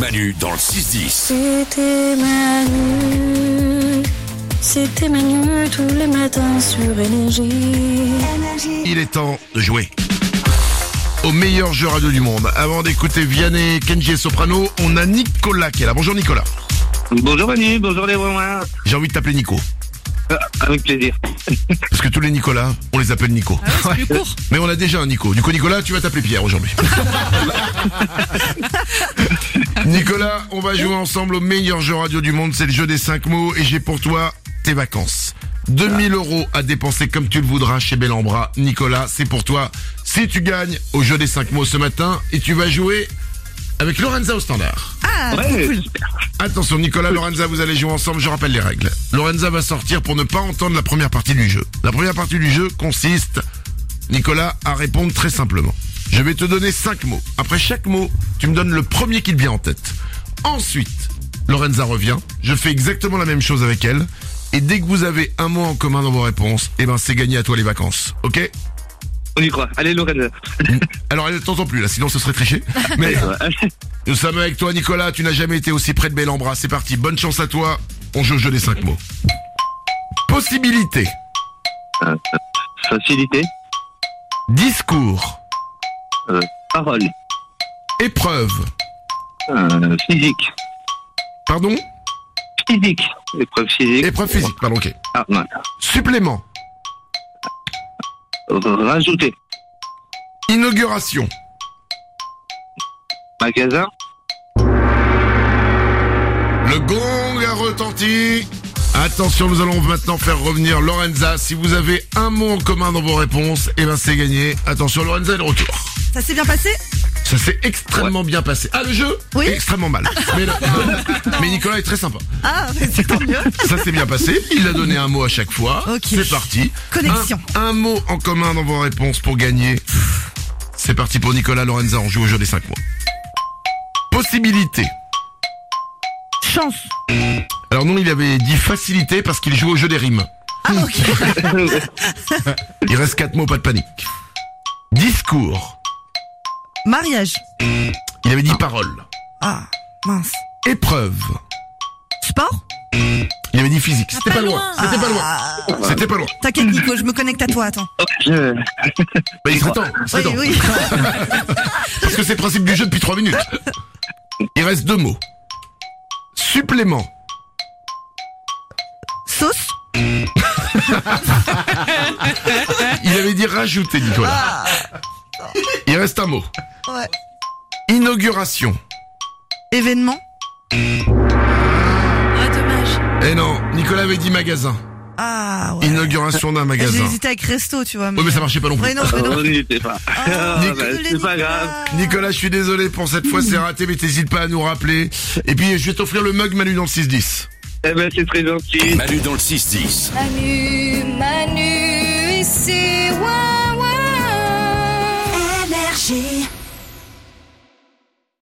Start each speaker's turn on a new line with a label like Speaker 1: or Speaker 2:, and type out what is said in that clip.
Speaker 1: Manu dans le 6-10.
Speaker 2: C'était Manu, c'était Manu tous les matins sur Énergie.
Speaker 3: Il est temps de jouer au meilleur jeu radio du monde. Avant d'écouter Vianney, Kenji et Soprano, on a Nicolas qui est là. Bonjour Nicolas.
Speaker 4: Bonjour Manu, bonjour les Romains.
Speaker 3: J'ai envie de t'appeler Nico.
Speaker 4: Ah, Avec plaisir.
Speaker 3: Parce que tous les Nicolas, on les appelle Nico.
Speaker 5: Ah C'est plus court.
Speaker 3: Mais on a déjà un Nico. Du coup, Nicolas, tu vas t'appeler Pierre aujourd'hui. Nicolas, on va jouer ensemble au meilleur jeu radio du monde. C'est le jeu des 5 mots et j'ai pour toi tes vacances. 2000 euros à dépenser comme tu le voudras chez Bellambra. Nicolas, c'est pour toi. Si tu gagnes au jeu des 5 mots ce matin et tu vas jouer avec Lorenza au standard.
Speaker 5: Ah,
Speaker 4: Ouais,
Speaker 5: trop cool.
Speaker 4: super.
Speaker 3: Attention Nicolas, Lorenza, vous allez jouer ensemble, je rappelle les règles. Lorenza va sortir pour ne pas entendre la première partie du jeu. La première partie du jeu consiste, Nicolas, à répondre très simplement. Je vais te donner cinq mots. Après chaque mot, tu me donnes le premier qui te vient en tête. Ensuite, Lorenza revient, je fais exactement la même chose avec elle. Et dès que vous avez un mot en commun dans vos réponses, eh ben c'est gagné à toi les vacances. Ok
Speaker 4: On y croit. Allez Lorraine.
Speaker 3: Alors elle t'entend plus là, sinon ce serait triché. Mais...
Speaker 4: Euh,
Speaker 3: Nous sommes avec toi Nicolas, tu n'as jamais été aussi près de Bellambra, c'est parti, bonne chance à toi, on joue au jeu des 5 mots. Possibilité,
Speaker 4: Facilité.
Speaker 3: discours,
Speaker 4: euh, parole.
Speaker 3: épreuve,
Speaker 4: euh, physique.
Speaker 3: pardon,
Speaker 4: Physique. Épreuve physique.
Speaker 3: épreuve physique, pardon, ok.
Speaker 4: Ah, ouais.
Speaker 3: Supplément,
Speaker 4: Rajouter.
Speaker 3: inauguration,
Speaker 4: Magasin.
Speaker 3: le gong a retenti. Attention, nous allons maintenant faire revenir Lorenza. Si vous avez un mot en commun dans vos réponses, eh ben c'est gagné. Attention, Lorenza est de retour.
Speaker 5: Ça s'est bien passé
Speaker 3: Ça s'est extrêmement bien passé. Ah, le jeu
Speaker 5: Oui.
Speaker 3: Extrêmement mal. Mais, le- mais Nicolas est très sympa.
Speaker 5: Ah, mais c'est tant mieux.
Speaker 3: Ça s'est bien passé. Il a donné un mot à chaque fois.
Speaker 5: Ok.
Speaker 3: C'est parti.
Speaker 5: Connexion.
Speaker 3: Un, un mot en commun dans vos réponses pour gagner. C'est parti pour Nicolas Lorenza. On joue au jeu des 5 mots. Possibilité.
Speaker 5: Chance.
Speaker 3: Alors non, il avait dit facilité parce qu'il joue au jeu des rimes.
Speaker 5: Ah, ok.
Speaker 3: Il reste quatre mots, pas de panique. Discours.
Speaker 5: Mariage.
Speaker 3: Il avait dit parole.
Speaker 5: Ah, mince.
Speaker 3: Épreuve.
Speaker 5: Sport
Speaker 3: Il avait dit physique. C'était pas loin. C'était pas loin.
Speaker 5: Ah,
Speaker 3: C'était pas loin.
Speaker 5: T'inquiète, Nico, je me connecte à toi, attends.
Speaker 4: Ah, Je...
Speaker 3: Bah, il serait temps. il serait
Speaker 5: Oui,
Speaker 3: temps.
Speaker 5: oui.
Speaker 3: Parce que c'est le principe du jeu depuis trois minutes. Il reste deux mots. Supplément.
Speaker 5: Sauce
Speaker 3: Il avait dit rajouter, Nicolas. Il reste un mot.
Speaker 5: Ouais.
Speaker 3: Inauguration.
Speaker 5: Événement
Speaker 3: Eh non, Nicolas avait dit magasin.
Speaker 5: Ah, ouais.
Speaker 3: Inauguration d'un
Speaker 5: J'ai
Speaker 3: magasin.
Speaker 5: hésité avec resto, tu vois.
Speaker 3: Oui, mais ça marchait pas non plus.
Speaker 5: Ouais, non, mais non.
Speaker 4: On n'y était pas.
Speaker 5: Oh,
Speaker 4: Ah,
Speaker 3: Nico-
Speaker 4: bah, c'est pas
Speaker 5: Ah.
Speaker 4: grave.
Speaker 3: Nicolas, je suis désolé pour cette fois, c'est raté, mais t'hésites pas à nous rappeler. Et puis, je vais t'offrir le mug Manu dans le 6-10.
Speaker 4: Eh ben, c'est très gentil.
Speaker 1: Manu dans le 6-10.
Speaker 2: Manu, Manu.